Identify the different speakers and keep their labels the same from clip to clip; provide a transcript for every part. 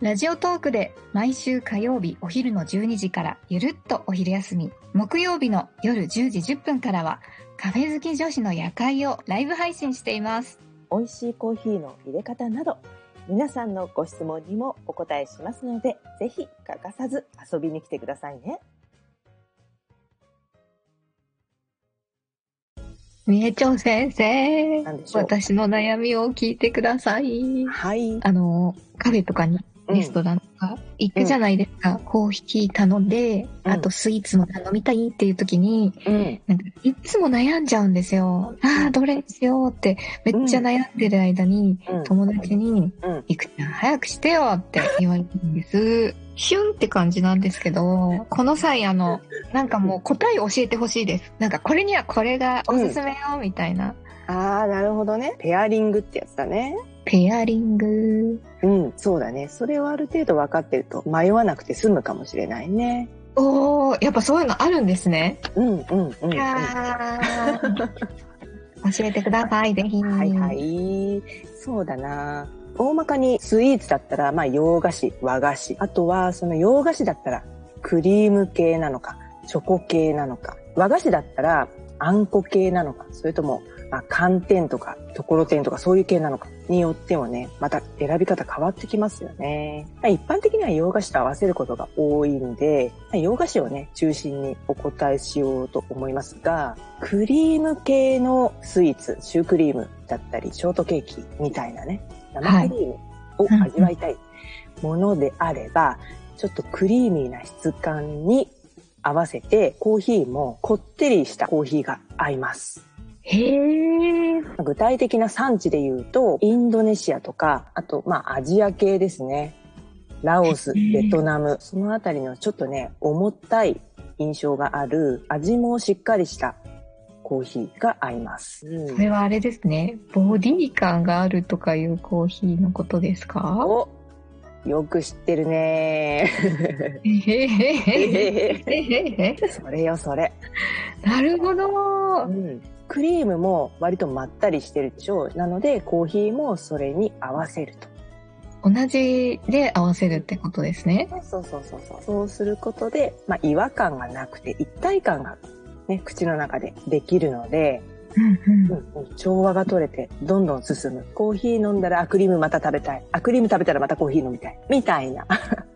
Speaker 1: ラジオトークで毎週火曜日お昼の12時からゆるっとお昼休み、木曜日の夜10時10分からは、カフェ好き女子の夜会をライブ配信しています。
Speaker 2: 美味しいコーヒーの入れ方など皆さんのご質問にもお答えしますのでぜひ欠かさず遊びに来てくださいね。
Speaker 1: みえちょ先生
Speaker 2: なんでしょう
Speaker 1: 私の悩みを聞いてください。
Speaker 2: はい。
Speaker 1: あの、カフェとかにレストランとか行くじゃないですか。コーヒー頼んで、
Speaker 2: うん
Speaker 1: あとスイーツも頼みたいっていう時に、
Speaker 2: うん。
Speaker 1: なんかいつも悩んじゃうんですよ。
Speaker 2: うん
Speaker 1: ああ、どれにしようって、めっちゃ悩んでる間に、
Speaker 2: うん
Speaker 1: 友達に、
Speaker 2: うん。
Speaker 1: いくちゃん早くしてよって 言われたんです。ヒュンって感じなんですけど、この際あの、なんかもう答え教えてほしいです。なんかこれにはこれがおすすめよ、みたいな。
Speaker 2: ああ、なるほどね。ペアリングってやつだね。
Speaker 1: ペアリング。
Speaker 2: うん、そうだね。それをある程度分かってると迷わなくて済むかもしれないね。
Speaker 1: おー、やっぱそういうのあるんですね。
Speaker 2: うん、うん、うん。うん
Speaker 1: いやー教えてください、ぜひ。
Speaker 2: はいはい。そうだな。大まかにスイーツだったら、まあ洋菓子、和菓子。あとは、その洋菓子だったら、クリーム系なのか、チョコ系なのか。和菓子だったら、あんこ系なのか、それとも、まあ、寒天とか、ところてんとか、そういう系なのかによってもね、また選び方変わってきますよね。まあ一般的には洋菓子と合わせることが多いので、まあ洋菓子をね、中心にお答えしようと思いますが、クリーム系のスイーツ、シュークリームだったり、ショートケーキみたいなね、生クリームを
Speaker 1: はい
Speaker 2: 味わいたいものであれば、ちょっとクリーミーな質感に合わせて、コーヒーもこってりしたコーヒーが合います。
Speaker 1: へー。
Speaker 2: 具体的な産地で言うと、インドネシアとか、あと、まあ、アジア系ですね。ラオス、
Speaker 1: うん
Speaker 2: ベトナム、そのあたりのちょっとね、重たい印象がある、味もしっかりしたコーヒーが合います。
Speaker 1: これはあれですね。ボディ感があるとかいうコーヒーのことですか
Speaker 2: およく知ってる
Speaker 1: へへへへへへ
Speaker 2: ね え
Speaker 1: へへ
Speaker 2: ーそれよ、それ。
Speaker 1: なるほど。
Speaker 2: クリームも割とまったりしてるでしょう。なので、コーヒーもそれに合わせると。
Speaker 1: 同じで合わせるってことですね。
Speaker 2: そうそうそうそう。そうすることで、まあ、違和感がなくて一体感が、ね、口の中でできるので、
Speaker 1: うんうん。
Speaker 2: うん調和が取れてどんどん進む。コーヒー飲んだらあクリームまた食べたい。あクリーム食べたらまたコーヒー飲みたい。みたいな。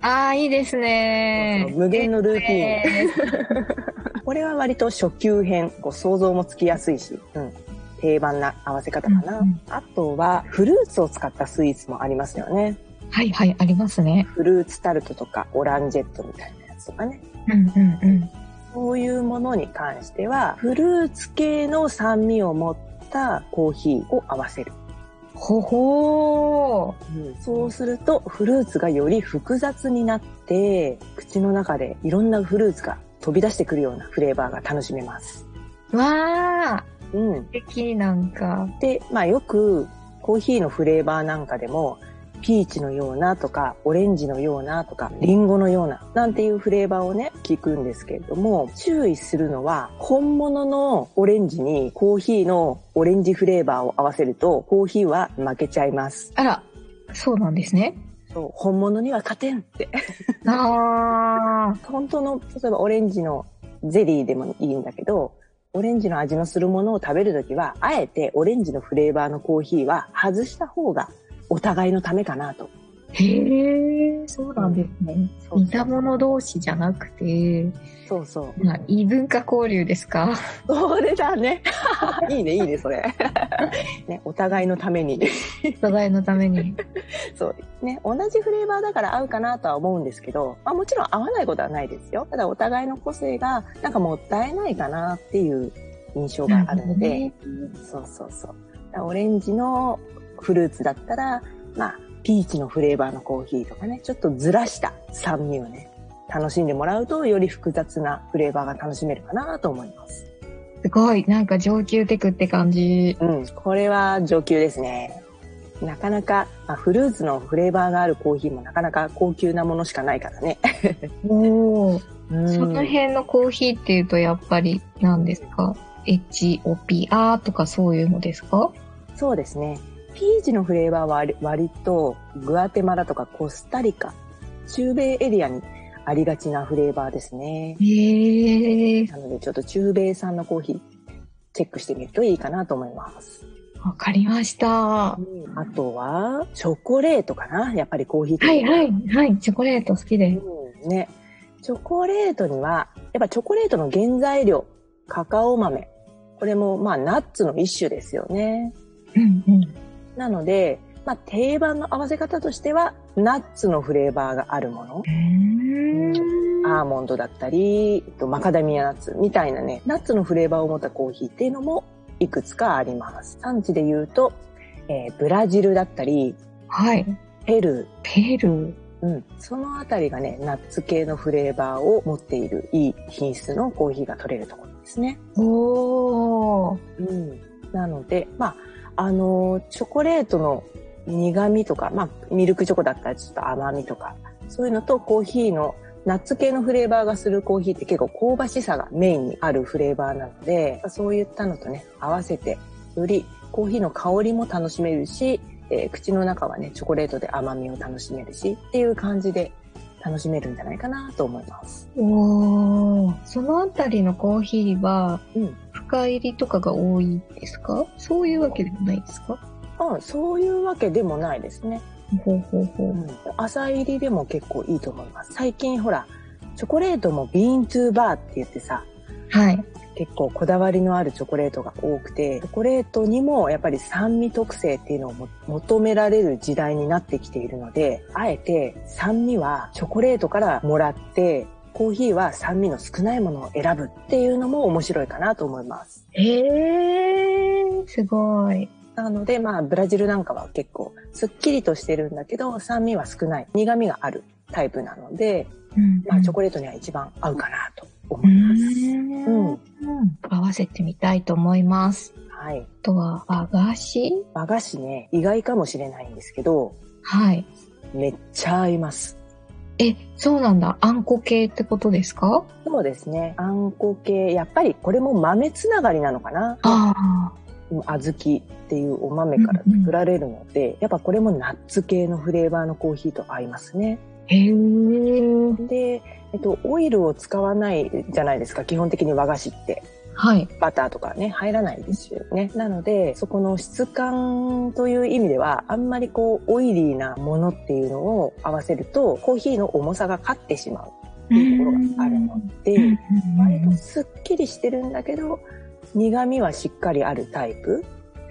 Speaker 1: ああ、いいですね。
Speaker 2: 無限のルーティン。
Speaker 1: えー
Speaker 2: これは割と初級編、こう想像もつきやすいし、うん、定番な合わせ方かな。
Speaker 1: うんうん
Speaker 2: あとは、フルーツを使ったスイーツもありますよね。
Speaker 1: はいはい、ありますね。
Speaker 2: フルーツタルトとか、オランジェットみたいなやつとかね。
Speaker 1: うんうんうん。
Speaker 2: そういうものに関しては、フルーツ系の酸味を持ったコーヒーを合わせる。
Speaker 1: ほほー。
Speaker 2: そうすると、フルーツがより複雑になって、口の中でいろんなフルーツが飛び出してくるようなフレーバーが楽しめます。
Speaker 1: わー。
Speaker 2: うん。
Speaker 1: 素敵なんか。
Speaker 2: で、まあよくコーヒーのフレーバーなんかでも、ピーチのようなとか、オレンジのようなとか、リンゴのような、なんていうフレーバーをね、聞くんですけれども、注意するのは、本物のオレンジにコーヒーのオレンジフレーバーを合わせると、コーヒーは負けちゃいます。
Speaker 1: あら、そうなんですね。
Speaker 2: そう、本物には勝てんって。
Speaker 1: ああ、
Speaker 2: 本当の、例えばオレンジのゼリーでもいいんだけど、オレンジの味のするものを食べるときは、あえてオレンジのフレーバーのコーヒーは外した方がお互いのためかなと。
Speaker 1: へえ、そうなんですね。
Speaker 2: そう
Speaker 1: 似た者同士じゃなくて、
Speaker 2: そうそう。
Speaker 1: まあ、異文化交流です か
Speaker 2: それだね。 いいね、いいね、それ。 ね、お互いのために。
Speaker 1: お互いのために。
Speaker 2: そう。ね、同じフレーバーだから合うかなとは思うんですけど、まあもちろん合わないことはないですよ。ただお互いの個性がなんかもったいないかなっていう印象があるので、
Speaker 1: ね。
Speaker 2: そうそうそう。だからオレンジのフルーツだったら、まあ、ピーチのフレーバーのコーヒーとかね、ちょっとずらした酸味をね、楽しんでもらうと、より複雑なフレーバーが楽しめるかなと思います。
Speaker 1: すごい、なんか上級テクって感じ。
Speaker 2: うん、これは上級ですね。なかなか、まあフルーツのフレーバーがあるコーヒーもなかなか高級なものしかないからね。
Speaker 1: おお。
Speaker 2: うん
Speaker 1: その辺のコーヒーっていうと、やっぱり何ですかエチオピアとかそういうのですか
Speaker 2: そうですね。ピーチのフレーバーは割割とグアテマラとかコスタリカ、中米エリアにありがちなフレーバーですね。
Speaker 1: へえ、
Speaker 2: なのでちょっと中米産のコーヒーチェックしてみるといいかなと思います。
Speaker 1: わかりました。
Speaker 2: あとはチョコレートかな。やっぱりコーヒーって
Speaker 1: はいはいはい、チョコレート好きです。
Speaker 2: うんね。チョコレートには、やっぱチョコレートの原材料、カカオ豆。これも、まあ、ナッツの一種ですよね。
Speaker 1: うんうん。
Speaker 2: なので、まあ、定番の合わせ方としては、ナッツのフレーバーがあるもの。アーモンドだったり、えっとマカダミアナッツみたいなね、ナッツのフレーバーを持ったコーヒーっていうのもいくつかあります。産地で言うと、えーブラジルだったり、
Speaker 1: はい。
Speaker 2: ペルー、
Speaker 1: ペルー。
Speaker 2: うん、そのあたりがね、ナッツ系のフレーバーを持っているいい品質のコーヒーが取れるところですね。
Speaker 1: おー。
Speaker 2: うん、なので、まあ、あのーチョコレートの苦味とか、まあ、ミルクチョコだったらちょっと甘みとか、そういうのとコーヒーのナッツ系のフレーバーがするコーヒーって結構香ばしさがメインにあるフレーバーなので、そういったのとね、合わせて、よりコーヒーの香りも楽しめるし、えー口の中はね、チョコレートで甘みを楽しめるし、っていう感じで楽しめるんじゃないかなと思います。
Speaker 1: おー。そのあたりのコーヒーは、
Speaker 2: うん
Speaker 1: 深入りとかが多いですかそういうわけでもないですか
Speaker 2: うん、そういうわけでもないですね。
Speaker 1: ほうほうほう。
Speaker 2: 朝入りでも結構いいと思います。最近ほら、チョコレートもビーントゥーバーって言ってさ、
Speaker 1: はい。
Speaker 2: 結構こだわりのあるチョコレートが多くて、チョコレートにもやっぱり酸味特性っていうのをも求められる時代になってきているので、あえて酸味はチョコレートからもらって、コーヒーは酸味の少ないものを選ぶっていうのも面白いかなと思います。
Speaker 1: へー。すごい。
Speaker 2: なので、まあ、ブラジルなんかは結構、すっきりとしてるんだけど、酸味は少ない、苦味があるタイプなので、
Speaker 1: うん
Speaker 2: まあ、チョコレートには一番合うかなと思
Speaker 1: う
Speaker 2: います。
Speaker 1: ー
Speaker 2: うん
Speaker 1: ん。合わせてみたいと思います。
Speaker 2: はい
Speaker 1: あ。とは、和菓子
Speaker 2: 和菓子ね、意外かもしれないんですけど、
Speaker 1: はい。
Speaker 2: めっちゃ合います。
Speaker 1: え、そうなんだ。あんこ系ってことですか
Speaker 2: そうですね。あんこ系、やっぱりこれも豆つながりなのかな
Speaker 1: ああ。
Speaker 2: うん小豆っていうお豆から作られるので、やっぱこれもナッツ系のフレーバーのコーヒーと合いますね。
Speaker 1: へえ。ー。
Speaker 2: で、えっと、オイルを使わないじゃないですか、基本的に和菓子って。
Speaker 1: はい。
Speaker 2: バターとかね、入らないですよね。なので、そこの質感という意味では、あんまりこう、オイリーなものっていうのを合わせると、コーヒーの重さが勝ってしまうっていうところがあるの
Speaker 1: うんうん
Speaker 2: で、割
Speaker 1: うん
Speaker 2: とすっきりしてるんだけど、苦味はしっかりあるタイプ、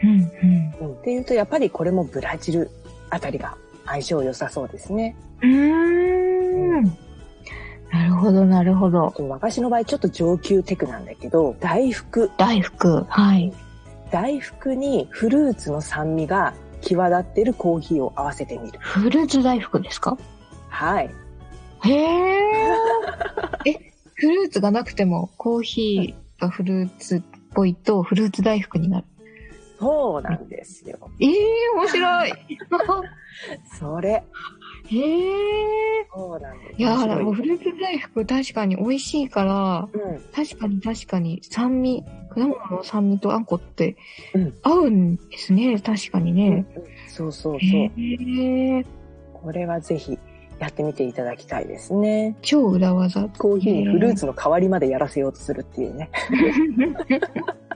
Speaker 1: うんうん
Speaker 2: うんっていうと、やっぱりこれもブラジルあたりが相性良さそうですね。
Speaker 1: うーん。なるほど、なるほど。
Speaker 2: 和菓子の場合、ちょっと上級テクなんだけど、大福
Speaker 1: 大福。はい。
Speaker 2: 大福にフルーツの酸味が際立ってるコーヒーを合わせてみる。
Speaker 1: フルーツ大福ですか
Speaker 2: はい。
Speaker 1: へ え。え、フルーツがなくても、コーヒーがフルーツっぽいと、フルーツ大福になる。
Speaker 2: そうなんですよ。
Speaker 1: ええー、面 白い。
Speaker 2: それ。
Speaker 1: へえ。
Speaker 2: そうなんです。
Speaker 1: いや
Speaker 2: 面白
Speaker 1: ー、フルーツ大福確かに美味しいから、
Speaker 2: うん。
Speaker 1: 確かに確かに酸味、果物の酸味とあんこって
Speaker 2: うん
Speaker 1: 合うんですね、確かにね。
Speaker 2: そうそうそう
Speaker 1: へ。え。
Speaker 2: これはぜひやってみていただきたいですね。
Speaker 1: 超裏技。
Speaker 2: コーヒーにフルーツの代わりまでやらせようとするっていうね。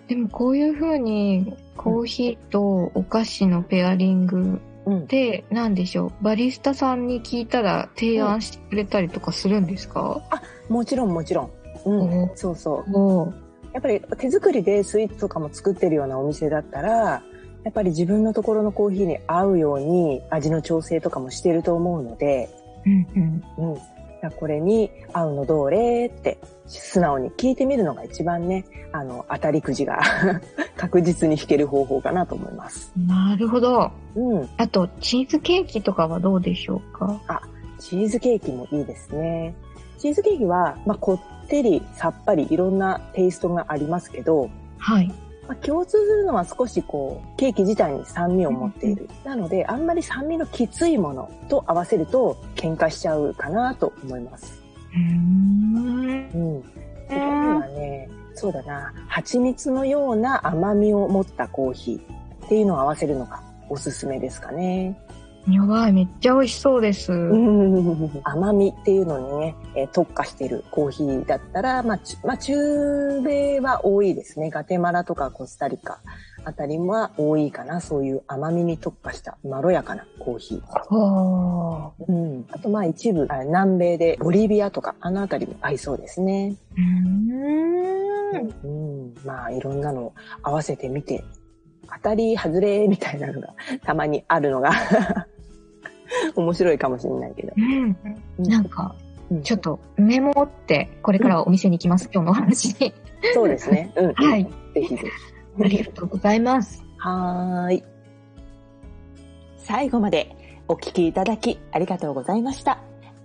Speaker 1: でもこういう風にコーヒーとお菓子のペアリング
Speaker 2: うん。
Speaker 1: で、なんでしょう、バリスタさんに聞いたら提案してくれたりとかするんですか、
Speaker 2: もちろんもちろん。う
Speaker 1: お
Speaker 2: ん。そうそう。
Speaker 1: おー
Speaker 2: やっぱり手作りでスイーツとかも作ってるようなお店だったら、やっぱり自分のところのコーヒーに合うように味の調整とかもしてると思うので、
Speaker 1: うんうん。
Speaker 2: うん。じゃあこれに合うのどうれって素直に聞いてみるのが一番ね、あの、当たりくじが 確実に弾ける方法かなと思います。
Speaker 1: なるほど。
Speaker 2: うん。
Speaker 1: あと、チーズケーキとかはどうでしょうか
Speaker 2: チーズケーキもいいですね。チーズケーキは、まあ、こってり、さっぱり、いろんなテイストがありますけど、
Speaker 1: はい。
Speaker 2: まあ、共通するのは少しこう、ケーキ自体に酸味を持っている。なので、あんまり酸味のきついものと合わせると、喧嘩しちゃうかなと思います。
Speaker 1: うーん。
Speaker 2: うん。そこにはね、そうだな、蜂蜜のような甘みを持ったコーヒーっていうのを合わせるのがおすすめですかね。
Speaker 1: やばい、めっちゃ美味しそうです。
Speaker 2: 甘みっていうのにね、えー特化してるコーヒーだったら、まあ、ちゅまあ、中米は多いですね。ガテマラとかコスタリカあたりは多いかな。そういう甘みに特化したまろやかなコーヒー。
Speaker 1: ほ
Speaker 2: うん。あと、まあ、一部、あ南米でボリビアとか、あのあたりも合いそうですね。
Speaker 1: う。うーん。
Speaker 2: うん。まあ、いろんなのを合わせてみて、当たり外れみたいなのがたまにあるのが、 面白いかもしれないけど。
Speaker 1: うん。
Speaker 2: う
Speaker 1: なんか、
Speaker 2: うん
Speaker 1: ちょっとメモって、これからはお店に行きます、今日のお話。
Speaker 2: そうですね。うん。
Speaker 1: はい
Speaker 2: ぜひぜひ。
Speaker 1: ありがとうございます。
Speaker 2: はーい。最後までお聞きいただきありがとうございました。